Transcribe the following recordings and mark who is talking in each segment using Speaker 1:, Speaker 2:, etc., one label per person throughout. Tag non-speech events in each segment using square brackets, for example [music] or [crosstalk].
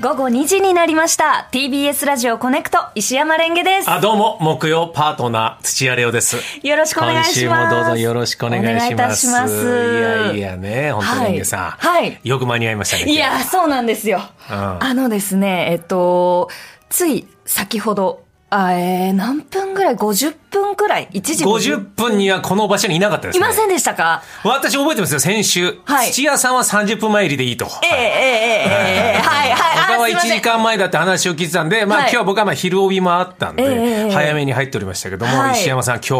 Speaker 1: 午後2時になりました TBS ラジオコネクト石山レンゲです
Speaker 2: あ、どうも、木曜パートナー、土屋レオです。
Speaker 1: よろしくお願いします
Speaker 2: 今週もどうぞよろしくお願いし
Speaker 1: お願いい
Speaker 2: ま
Speaker 1: た
Speaker 2: す。
Speaker 1: します
Speaker 2: いやいやね、本当にねさ、
Speaker 1: はいはい
Speaker 2: よく間に合いましたね。
Speaker 1: いやそうなんですよ、
Speaker 2: うん
Speaker 1: あのですねえっとつい先ほどあえー、何分ぐらい50分くらい1時
Speaker 2: 今日、50分にはこの場所にいなかったです
Speaker 1: い
Speaker 2: ね。
Speaker 1: ませんでしたか
Speaker 2: 私覚えてますよ、先週。
Speaker 1: はい
Speaker 2: 土屋さんは30分前入りでいいと。
Speaker 1: ええええええええはいはい
Speaker 2: 他は
Speaker 1: あすい
Speaker 2: 1
Speaker 1: ません
Speaker 2: 時間前だって話を聞いてたんで、まあ
Speaker 1: はい
Speaker 2: 今日は僕はまあ昼帯もあったん
Speaker 1: えええ
Speaker 2: で、
Speaker 1: え
Speaker 2: 早めに入っておりましたけども、
Speaker 1: はい
Speaker 2: 石山さん今日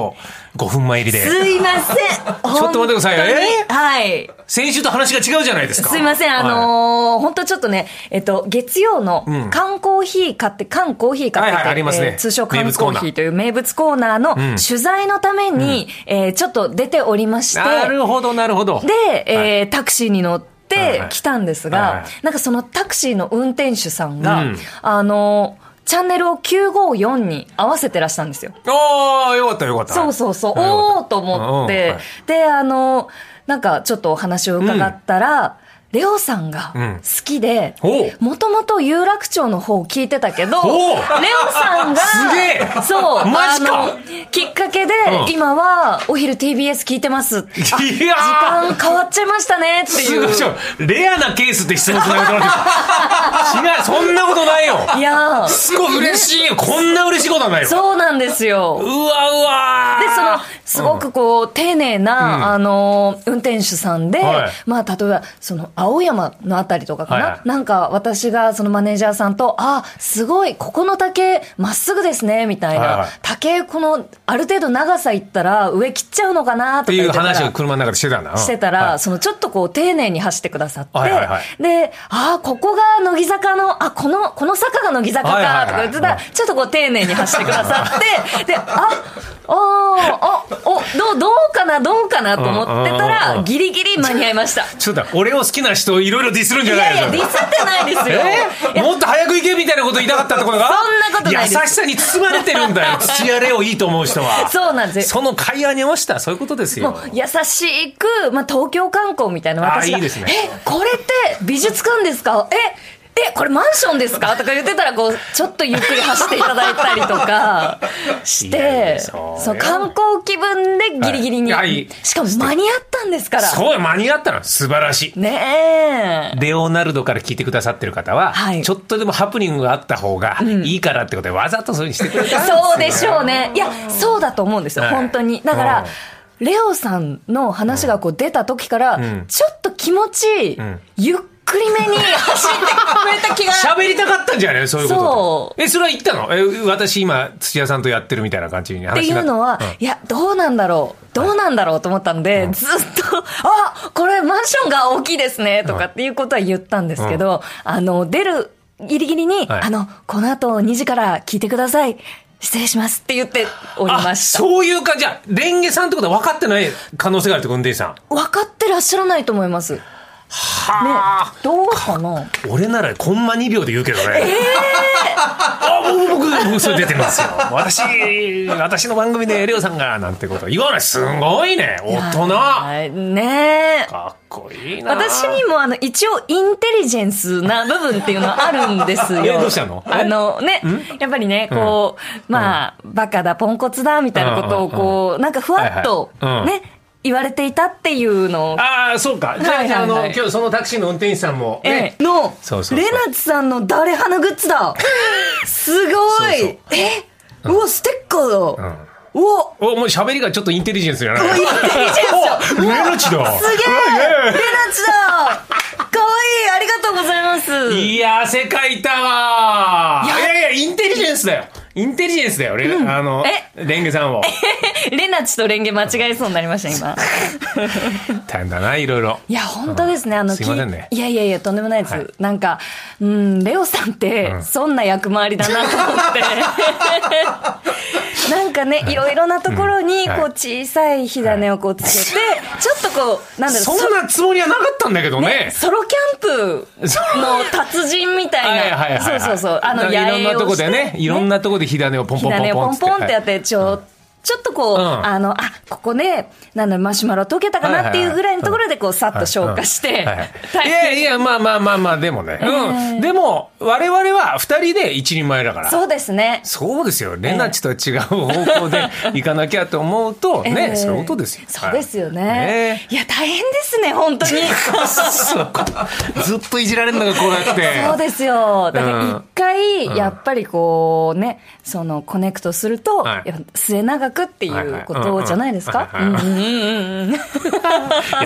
Speaker 2: 5分前入りで。
Speaker 1: すいません
Speaker 2: ちょっと待ってくださいよ
Speaker 1: 本当に
Speaker 2: え
Speaker 1: はい
Speaker 2: 先週と話が違うじゃないですか。
Speaker 1: すいません、あ
Speaker 2: はい
Speaker 1: のー本当ちょっとね、えっと、月曜の
Speaker 2: ん
Speaker 1: 缶コーヒー買って、缶コーヒー買ってて、
Speaker 2: はいはいありますね
Speaker 1: えー通称
Speaker 2: 名
Speaker 1: 缶
Speaker 2: 物コ
Speaker 1: コ
Speaker 2: ーナー
Speaker 1: ーヒーという名物コーナーの
Speaker 2: ん
Speaker 1: 取材のために、えーちょっと出ておりまして、
Speaker 2: なるほど、なるほど。
Speaker 1: で、え
Speaker 2: はい
Speaker 1: ータクシーに乗って、
Speaker 2: はいはい
Speaker 1: 来たんですが、
Speaker 2: はいはい
Speaker 1: なんかそのタクシーの運転手さんが、
Speaker 2: うん
Speaker 1: あのーチャンネルを954に合わせてらしたんですよ。
Speaker 2: おー、よかったよかった。
Speaker 1: そうそうそう、
Speaker 2: はい
Speaker 1: おーと思っ
Speaker 2: う
Speaker 1: て
Speaker 2: んはい、
Speaker 1: で、あの、なんかちょっとお話を伺ったら、レオさんが
Speaker 2: うん
Speaker 1: 好きで
Speaker 2: ほ、う
Speaker 1: もともと有楽町の方を聞いてたけど、レ
Speaker 2: ほ
Speaker 1: オ
Speaker 2: う
Speaker 1: さんが、
Speaker 2: すげえ
Speaker 1: そう、
Speaker 2: マジか
Speaker 1: あのきっかけで、
Speaker 2: うん
Speaker 1: 今はお昼 TBS 聞いてます。あ
Speaker 2: いやー
Speaker 1: 時間変わっちゃいましたねって
Speaker 2: す
Speaker 1: い。
Speaker 2: ごいうレアなケースって質問しないと思ってた違う、そんなことないよ。
Speaker 1: いやー
Speaker 2: すごい嬉しいよ。こんな嬉しいことはないよ。
Speaker 1: そうなんですよ。
Speaker 2: うわうわ
Speaker 1: で、その、すごくこう、丁寧な、あの、運転手さんで、
Speaker 2: はい
Speaker 1: まあ、例えば、その、青山のあたりとかかな、
Speaker 2: はいはい
Speaker 1: なんか、私が、そのマネージャーさんと、あ、すごい、ここの竹、まっすぐですね、みたいな。
Speaker 2: はいはい
Speaker 1: 竹、この、ある程度長さいったら、上切っちゃうのかな、
Speaker 2: っ
Speaker 1: と
Speaker 2: て
Speaker 1: か
Speaker 2: い
Speaker 1: 言
Speaker 2: う
Speaker 1: ってたら
Speaker 2: 話を車の中でしてたな。うん
Speaker 1: してたら、
Speaker 2: はい
Speaker 1: そのちょっとこう丁寧に走ってくださって、
Speaker 2: はいはいはい
Speaker 1: で、ああ、ここが乃木坂の、あ、この、この坂が乃木坂か、
Speaker 2: はいはいはい
Speaker 1: とか言ってたら、
Speaker 2: うん
Speaker 1: ちょっとこう丁寧に走ってくださって、で、
Speaker 2: [laughs]
Speaker 1: あ、おーお、お、どう、どうかな、どうかなと思ってた
Speaker 2: うんうんうんう
Speaker 1: ら、
Speaker 2: ん
Speaker 1: ギリギリ間に合いました。
Speaker 2: ちょっと待って、俺を好きな人をいろいろディスるんじゃ
Speaker 1: い
Speaker 2: な
Speaker 1: や
Speaker 2: い
Speaker 1: いや、ディスってないですよ。
Speaker 2: えもっと早く行けみたいなこと言いたかったってことが
Speaker 1: そんなことないです
Speaker 2: 優しさに包まれてるんだ [laughs] よ。土屋レオいいと思う人は。
Speaker 1: そうなんですよ
Speaker 2: その会話に応じた、そういうことです
Speaker 1: も
Speaker 2: よ
Speaker 1: う。優しく、まあ、東京観光みたいな私が
Speaker 2: あーいいですね
Speaker 1: えこれって美術館ですかええこれマンションですかとか言ってたらこうちょっとゆっくり走っていただいたりとかし
Speaker 2: いやい
Speaker 1: て
Speaker 2: やそれ
Speaker 1: そ
Speaker 2: は
Speaker 1: う観光気分でギリギリに、
Speaker 2: はいはい
Speaker 1: しかも間に合ったんですから
Speaker 2: すごい、間に合ったの。素晴らしい。
Speaker 1: ねえ
Speaker 2: レオナルドから聞いてくださってる方は、
Speaker 1: はい
Speaker 2: ちょっとでもハプニングがあった方がいいからってことで、わざとそういうふうにしてくれたんですよ
Speaker 1: そうでしょうねいやそうだと思うんですよ、
Speaker 2: はい
Speaker 1: 本当にだから、
Speaker 2: うん
Speaker 1: レオさんの話がこう出た時から、
Speaker 2: ん
Speaker 1: ちょっと気持ち、
Speaker 2: ん
Speaker 1: ゆっくりめに走ってくれた気が
Speaker 2: 喋りたかったんじゃないのそういうこ
Speaker 1: そ
Speaker 2: とでえ、それは言ったのえ、私今、土屋さんとやってるみたいな感じに
Speaker 1: ってい
Speaker 2: 話にな
Speaker 1: う
Speaker 2: った
Speaker 1: のは、
Speaker 2: ん
Speaker 1: いや、どうなんだろう、どうなんだろうと思ったんで、ずっと、あこれマンションが大きいですね、とかっていうことは言ったんですけど、あの、出るギリギリに、
Speaker 2: はい
Speaker 1: あの、この後2時から聞いてください。失礼しますって言っておりま
Speaker 2: あ、
Speaker 1: した。
Speaker 2: そういう感じ。じゃあレンゲさんってことは分かってない可能性があるってこと運転手さん。
Speaker 1: 分かってらっしゃらないと思います。ね、
Speaker 2: はあ、
Speaker 1: どうかな
Speaker 2: 俺ならコンマ2秒で言うけどね。 [laughs] あ、僕、僕、僕、それ出てますよ。私、私の番組でレオさんが、なんてこと言わない。すごいね。大人。
Speaker 1: はいねえ。
Speaker 2: かっこいいな
Speaker 1: 私にもあの一応インテリジェンスな部分っていうのはあるんですよ。
Speaker 2: えどうしたの
Speaker 1: あ
Speaker 2: え
Speaker 1: のね、やっぱりね、こう、まあ、バカだ、ポンコツだ、みたいなことをこう、なんかふわっと
Speaker 2: はいはいうん
Speaker 1: ね、言われていたっていうのを、
Speaker 2: ああそうかじゃ
Speaker 1: は
Speaker 2: あ
Speaker 1: いはいはい
Speaker 2: じゃああの今日そのタクシーの運転手さんも
Speaker 1: え
Speaker 2: ね
Speaker 1: えの
Speaker 2: そう、そうそう
Speaker 1: レナツさんの誰花グッズだすご
Speaker 2: そう
Speaker 1: いえうわ、ステッカーだうわ、
Speaker 2: おもう喋りがちょっとインテリジェンスじゃな
Speaker 1: イ
Speaker 2: い
Speaker 1: ンテリジェンスだ
Speaker 2: お [laughs] レナ
Speaker 1: す
Speaker 2: チだ
Speaker 1: げえレナツだかわいいありがとうございます
Speaker 2: いやー世界いたわ
Speaker 1: い
Speaker 2: ーい
Speaker 1: や
Speaker 2: やいやインテリジェンスだよインテリジェンスだよレ,、あの
Speaker 1: え
Speaker 2: レンゲさんを
Speaker 1: [laughs] レナチとレンゲ間違えそうになりました、
Speaker 2: [laughs]
Speaker 1: 今。
Speaker 2: 大変だないろいろ
Speaker 1: いや、本当ですね。あの、
Speaker 2: すいませんね
Speaker 1: きいやいやいや、とんでもないです。
Speaker 2: はい
Speaker 1: なんか、うん、レオさんって、そんな役回りだなと思
Speaker 2: [laughs]
Speaker 1: って。なんかね、いろいろなところに、
Speaker 2: うんはい
Speaker 1: こう、小さい火種をこうつけて、ちょっとこう、なんだろう、
Speaker 2: そんなつもりはなかったんだけどね
Speaker 1: ソロキャンプの達人みたいな。そうそうそう。あの、
Speaker 2: いろん
Speaker 1: 野営
Speaker 2: な
Speaker 1: を
Speaker 2: とこ
Speaker 1: して
Speaker 2: でねいろんなとこで火種をポン
Speaker 1: 火
Speaker 2: ポンポン
Speaker 1: 種を
Speaker 2: ポ
Speaker 1: ポ
Speaker 2: ン
Speaker 1: ンポンってやって、ちょっちょっとこう、
Speaker 2: うん
Speaker 1: あの、あ、ここね、なんだろう、マシュマロ溶けたかなっていうぐらいのところで、こう、さっと消化して、
Speaker 2: はいはい、
Speaker 1: 大
Speaker 2: い
Speaker 1: 変
Speaker 2: やいや、まあまあまあまあ、でもね。うん。でも、我々は二人で一人前だから。
Speaker 1: そうですね。
Speaker 2: そうですよ。レナチとは違う方向で行かなきゃと思うと、ね、
Speaker 1: ええ
Speaker 2: そういうことですよ。
Speaker 1: そうですよね。
Speaker 2: はいね
Speaker 1: いや、大変ですね、本当に。
Speaker 2: そうずっといじられるのがこうやって。
Speaker 1: そうですよ。だから一回、
Speaker 2: うん
Speaker 1: やっぱりこうね、そのコネクトすると、
Speaker 2: はい
Speaker 1: やっぱ末永くっていうことじゃないですか。
Speaker 2: はいはいうんうん
Speaker 1: うんうんうんうん
Speaker 2: や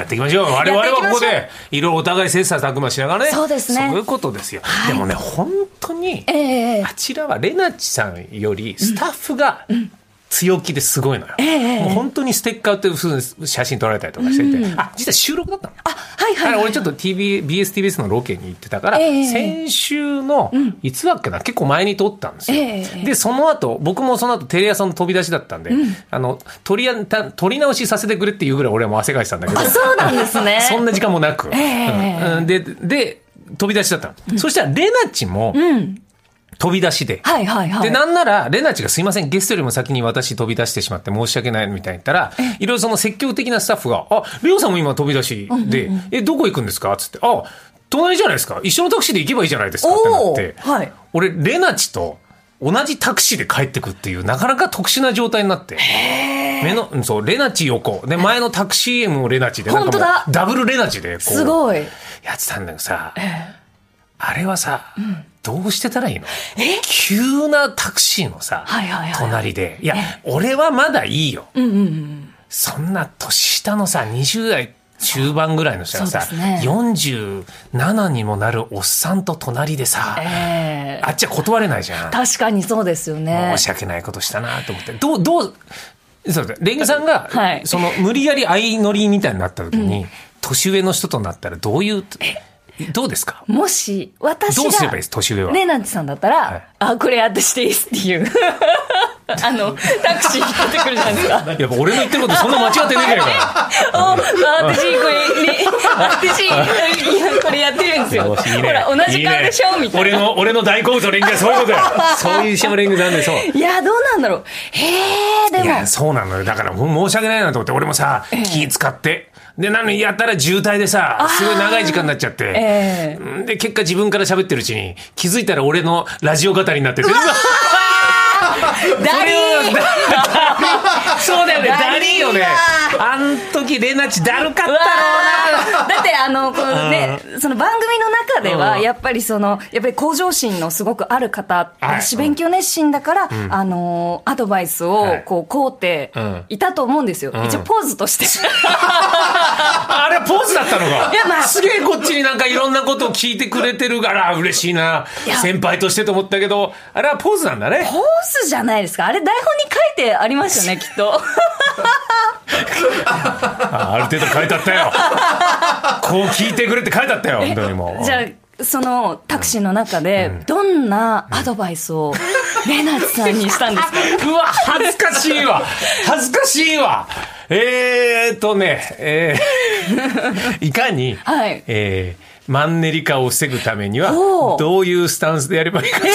Speaker 2: っていきましょう。我々はここ
Speaker 1: やって
Speaker 2: で、いろいろお互い切磋琢磨しながらね。
Speaker 1: そうですね
Speaker 2: そういうことですよ。でもね、本当に、
Speaker 1: ええ
Speaker 2: あちらはレナチさんよりスタッフが強気ですごいのよ。
Speaker 1: ええ
Speaker 2: もう本当にステッカーって普通に写真撮られたりとかしてて、
Speaker 1: うん
Speaker 2: あ、実は収録だったの。
Speaker 1: あ、はいはい、
Speaker 2: あ
Speaker 1: は
Speaker 2: れ
Speaker 1: い。
Speaker 2: 俺ちょっと TV、BSTBS のロケに行ってたから、
Speaker 1: ええ
Speaker 2: 先週の、いつだっけな、結構前に撮ったんですよ。
Speaker 1: ええ
Speaker 2: で、その後、僕もその後テレ朝の飛び出しだったんで、あの、撮りやた撮り直しさせてくれっていうぐらい俺はもう汗かいてたんだけど
Speaker 1: あ、、そうなんですね。
Speaker 2: [laughs] そんな時間もなく。
Speaker 1: ええ
Speaker 2: うんで、で、飛び出しだったの。そしたら、レナチも、
Speaker 1: うん。
Speaker 2: 飛び出しで。
Speaker 1: はいはいはい。
Speaker 2: で、なんなら、レナチがすいません、ゲストよりも先に私飛び出してしまって申し訳ないみたいに言ったら、いろいろその積極的なスタッフが、あ、レオさんも今飛び出しで、え、どこ行くんですかつって、あ、隣じゃないですか。一緒のタクシーで行けばいいじゃないですかってな
Speaker 1: お
Speaker 2: っ
Speaker 1: お
Speaker 2: て、
Speaker 1: はい。
Speaker 2: 俺、レナチと同じタクシーで帰ってくっていう、なかなか特殊な状態になって。目の、うんそう、レナチ横。で、前のタクシー M もレナチで、なんかもう
Speaker 1: 本当
Speaker 2: ダブルレナチで、こう、
Speaker 1: すごい。
Speaker 2: やってたんだけどさ、あれはさ、どうしてたらいいの
Speaker 1: え
Speaker 2: 急なタクシーのさ、
Speaker 1: はいはいはい
Speaker 2: 隣で。いや、俺はまだいいよ。
Speaker 1: うんうんうん。
Speaker 2: そんな年下のさ、20代中盤ぐらいの人がさ、
Speaker 1: そうですね
Speaker 2: 47にもなるおっさんと隣でさ、
Speaker 1: ええ
Speaker 2: あっちは断れないじゃん。
Speaker 1: 確かにそうですよね
Speaker 2: 申。し訳ないことしたなと思って。どう、どう、そうだレンゲさんが、
Speaker 1: はい
Speaker 2: その無理やり相乗りみたいになった時に、年上の人となったらどういう、どうですか
Speaker 1: もし、私が。
Speaker 2: どうすればいいです年上は。
Speaker 1: ねなんちさんだったら、あ、これ私でいいっすっていう。 [laughs] あの、タクシー引いてくるじゃないです
Speaker 2: [laughs]
Speaker 1: か。
Speaker 2: やっぱ俺の言ってることそんな間違ってねえじゃね
Speaker 1: お、あ私これ、ね、私、これやってるんです
Speaker 2: えか
Speaker 1: よ。
Speaker 2: よ。
Speaker 1: [laughs] ほら、同じ顔でしょみたい
Speaker 2: 俺
Speaker 1: な。
Speaker 2: の、俺の大好物のレンゲはそういうことよ。
Speaker 1: [laughs]
Speaker 2: そういうショーレンゲなんでそう。
Speaker 1: いや、どうなんだろう。へえ、で
Speaker 2: い
Speaker 1: も
Speaker 2: や、。そうなのよ。だから、もう申し訳ないなと思って、俺もさ、気使って。で、なのにやったら渋滞でさ、すごい長い時間になっちゃって。
Speaker 1: え
Speaker 2: うんで、結果自分から喋ってるうちに、気づいたら俺のラジオ語りになってて。うわ
Speaker 1: えダリー
Speaker 2: そうだよね、ダ
Speaker 1: ダ
Speaker 2: リ
Speaker 1: リー
Speaker 2: ーよね
Speaker 1: だ。
Speaker 2: あん時、レナチだるかった
Speaker 1: う
Speaker 2: な
Speaker 1: わ。ーだってあのこのねその番組の中で
Speaker 2: う
Speaker 1: は
Speaker 2: ん
Speaker 1: やっぱりそのやっぱり向上心のすごくある方、
Speaker 2: はい
Speaker 1: 私勉強熱心だから、あのーアドバイスを
Speaker 2: はい
Speaker 1: こうこうって
Speaker 2: うん
Speaker 1: いたと思うんですよ、
Speaker 2: ん
Speaker 1: 一応ポーズとして [laughs]
Speaker 2: ああれはポーズだったのか。
Speaker 1: いやまあ
Speaker 2: すげえこっちになんかいろんなことを聞いてくれてるから、嬉しいな。
Speaker 1: いや
Speaker 2: 先輩としてと思ったけど、あれはポーズなんだね。
Speaker 1: [laughs] ポーズじゃないですかあれ台本に書いてありま
Speaker 2: [laughs]
Speaker 1: したねきっと
Speaker 2: あある程度書いてあったよ。こう聞いてくれって書いてあったよ、本当にも
Speaker 1: [laughs]
Speaker 2: う。
Speaker 1: じゃあそのタクシーの中でどんなアドバイス
Speaker 2: [laughs]
Speaker 1: をレナツさんにしたんですか
Speaker 2: うわ、恥ずかしいわ。恥ずかしいわ。えーっとね、えーいかに、
Speaker 1: はい
Speaker 2: えーマンネリ化を防ぐためには
Speaker 1: お、う
Speaker 2: どういうスタンスでやればいいか。
Speaker 1: えー、教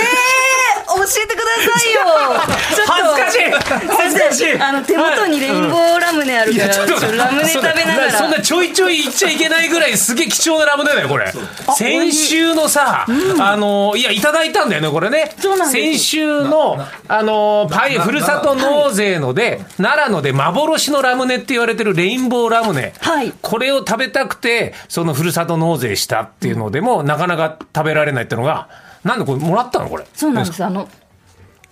Speaker 1: えてくださいよ
Speaker 2: 恥ずかしい [laughs] 恥ずかしい
Speaker 1: あの手元にレインボーラムネある
Speaker 2: い
Speaker 1: か
Speaker 2: や
Speaker 1: ら、
Speaker 2: ちょっ
Speaker 1: ちょっ
Speaker 2: と
Speaker 1: とラムネ食べながら。
Speaker 2: そんなちょいちょい言っちゃいけないぐらいすげえ貴重なラムネだよこれ先週のさ、あのいやいただいたんだよねこれね
Speaker 1: そうなんです
Speaker 2: 先週のあのパイ
Speaker 3: な
Speaker 2: ふるさと納税ので、奈良ので幻のラムネって言われてるレインボーラムネ、
Speaker 1: はい
Speaker 2: これを食べたくてそのふるさと納税したっていうのでも、なかなか食べられないってのがなんでこれもらったのこれ
Speaker 1: そうなんです。あの、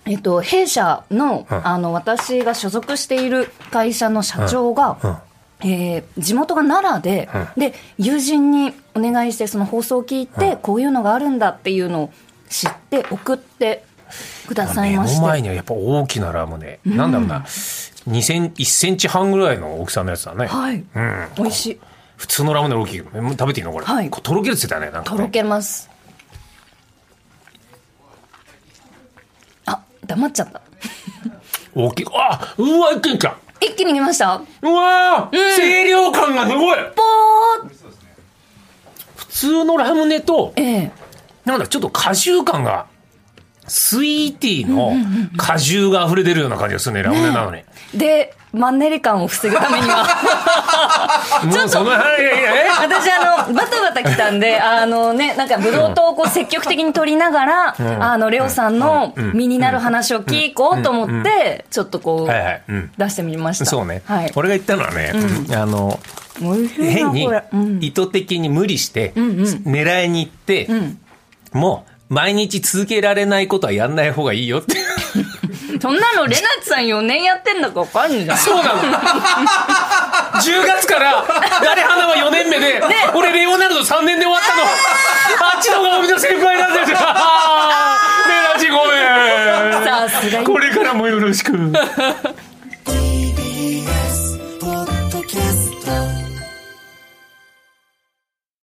Speaker 1: えっと、弊社の、
Speaker 2: ん
Speaker 1: あの、私が所属している会社の社長が、えー地元が奈良で、で、友人にお願いして、その放送を聞いて、こういうのがあるんだっていうのを知って、送ってください
Speaker 2: 目
Speaker 1: ま
Speaker 2: の
Speaker 1: して。
Speaker 2: 前にはやっぱ大きなラムネ、なんだろうな2セン1センチ半ぐらいの大きさのやつだね、
Speaker 1: はい。
Speaker 2: うん、
Speaker 1: 美味しい。
Speaker 2: 普通のラムネの大きいえもう食べていいのこれ、
Speaker 1: はい
Speaker 2: これとろけるって言ってたねなんか
Speaker 1: と
Speaker 2: ね
Speaker 1: ろけます。あ、黙っちゃった。
Speaker 2: 大きいあうわ一気にきた
Speaker 1: 一気に来ました
Speaker 2: うわー、清涼感がすごい
Speaker 1: ぽーっ
Speaker 2: 普通のラムネと
Speaker 1: ええ
Speaker 2: なんだちょっと果汁感がスイーティーの果汁が溢れ出るような感じがするね、ラムネなのに。
Speaker 1: で、マンネリ感を防ぐために [laughs] は、
Speaker 2: もうその、はい、いやいや、え
Speaker 1: 私あの、バタバタ来たんで、あのね、なんかブドウ糖をこう積極的に取りながら、あの、レオさんの身になる話を聞こうと思って、ちょっとこ
Speaker 2: はいはいううん、
Speaker 1: 出してみました。
Speaker 2: そうね、
Speaker 1: はい。
Speaker 2: 俺が言ったのはね、あの
Speaker 1: おいしいな、
Speaker 2: 変に
Speaker 1: これ。うん
Speaker 2: 意図的に無理して狙いに行って、もう毎日続けられないことはやんない方がいいよって
Speaker 1: そんなの、レナッツさん4年やってんだかわかんないじゃん。
Speaker 2: そう [laughs] なの10月から誰花は4年目で、俺レオナルド3年で終わったのあっちの方が俺の先輩なんですよあーレナチごめん
Speaker 1: さすがに
Speaker 2: これからもよろしく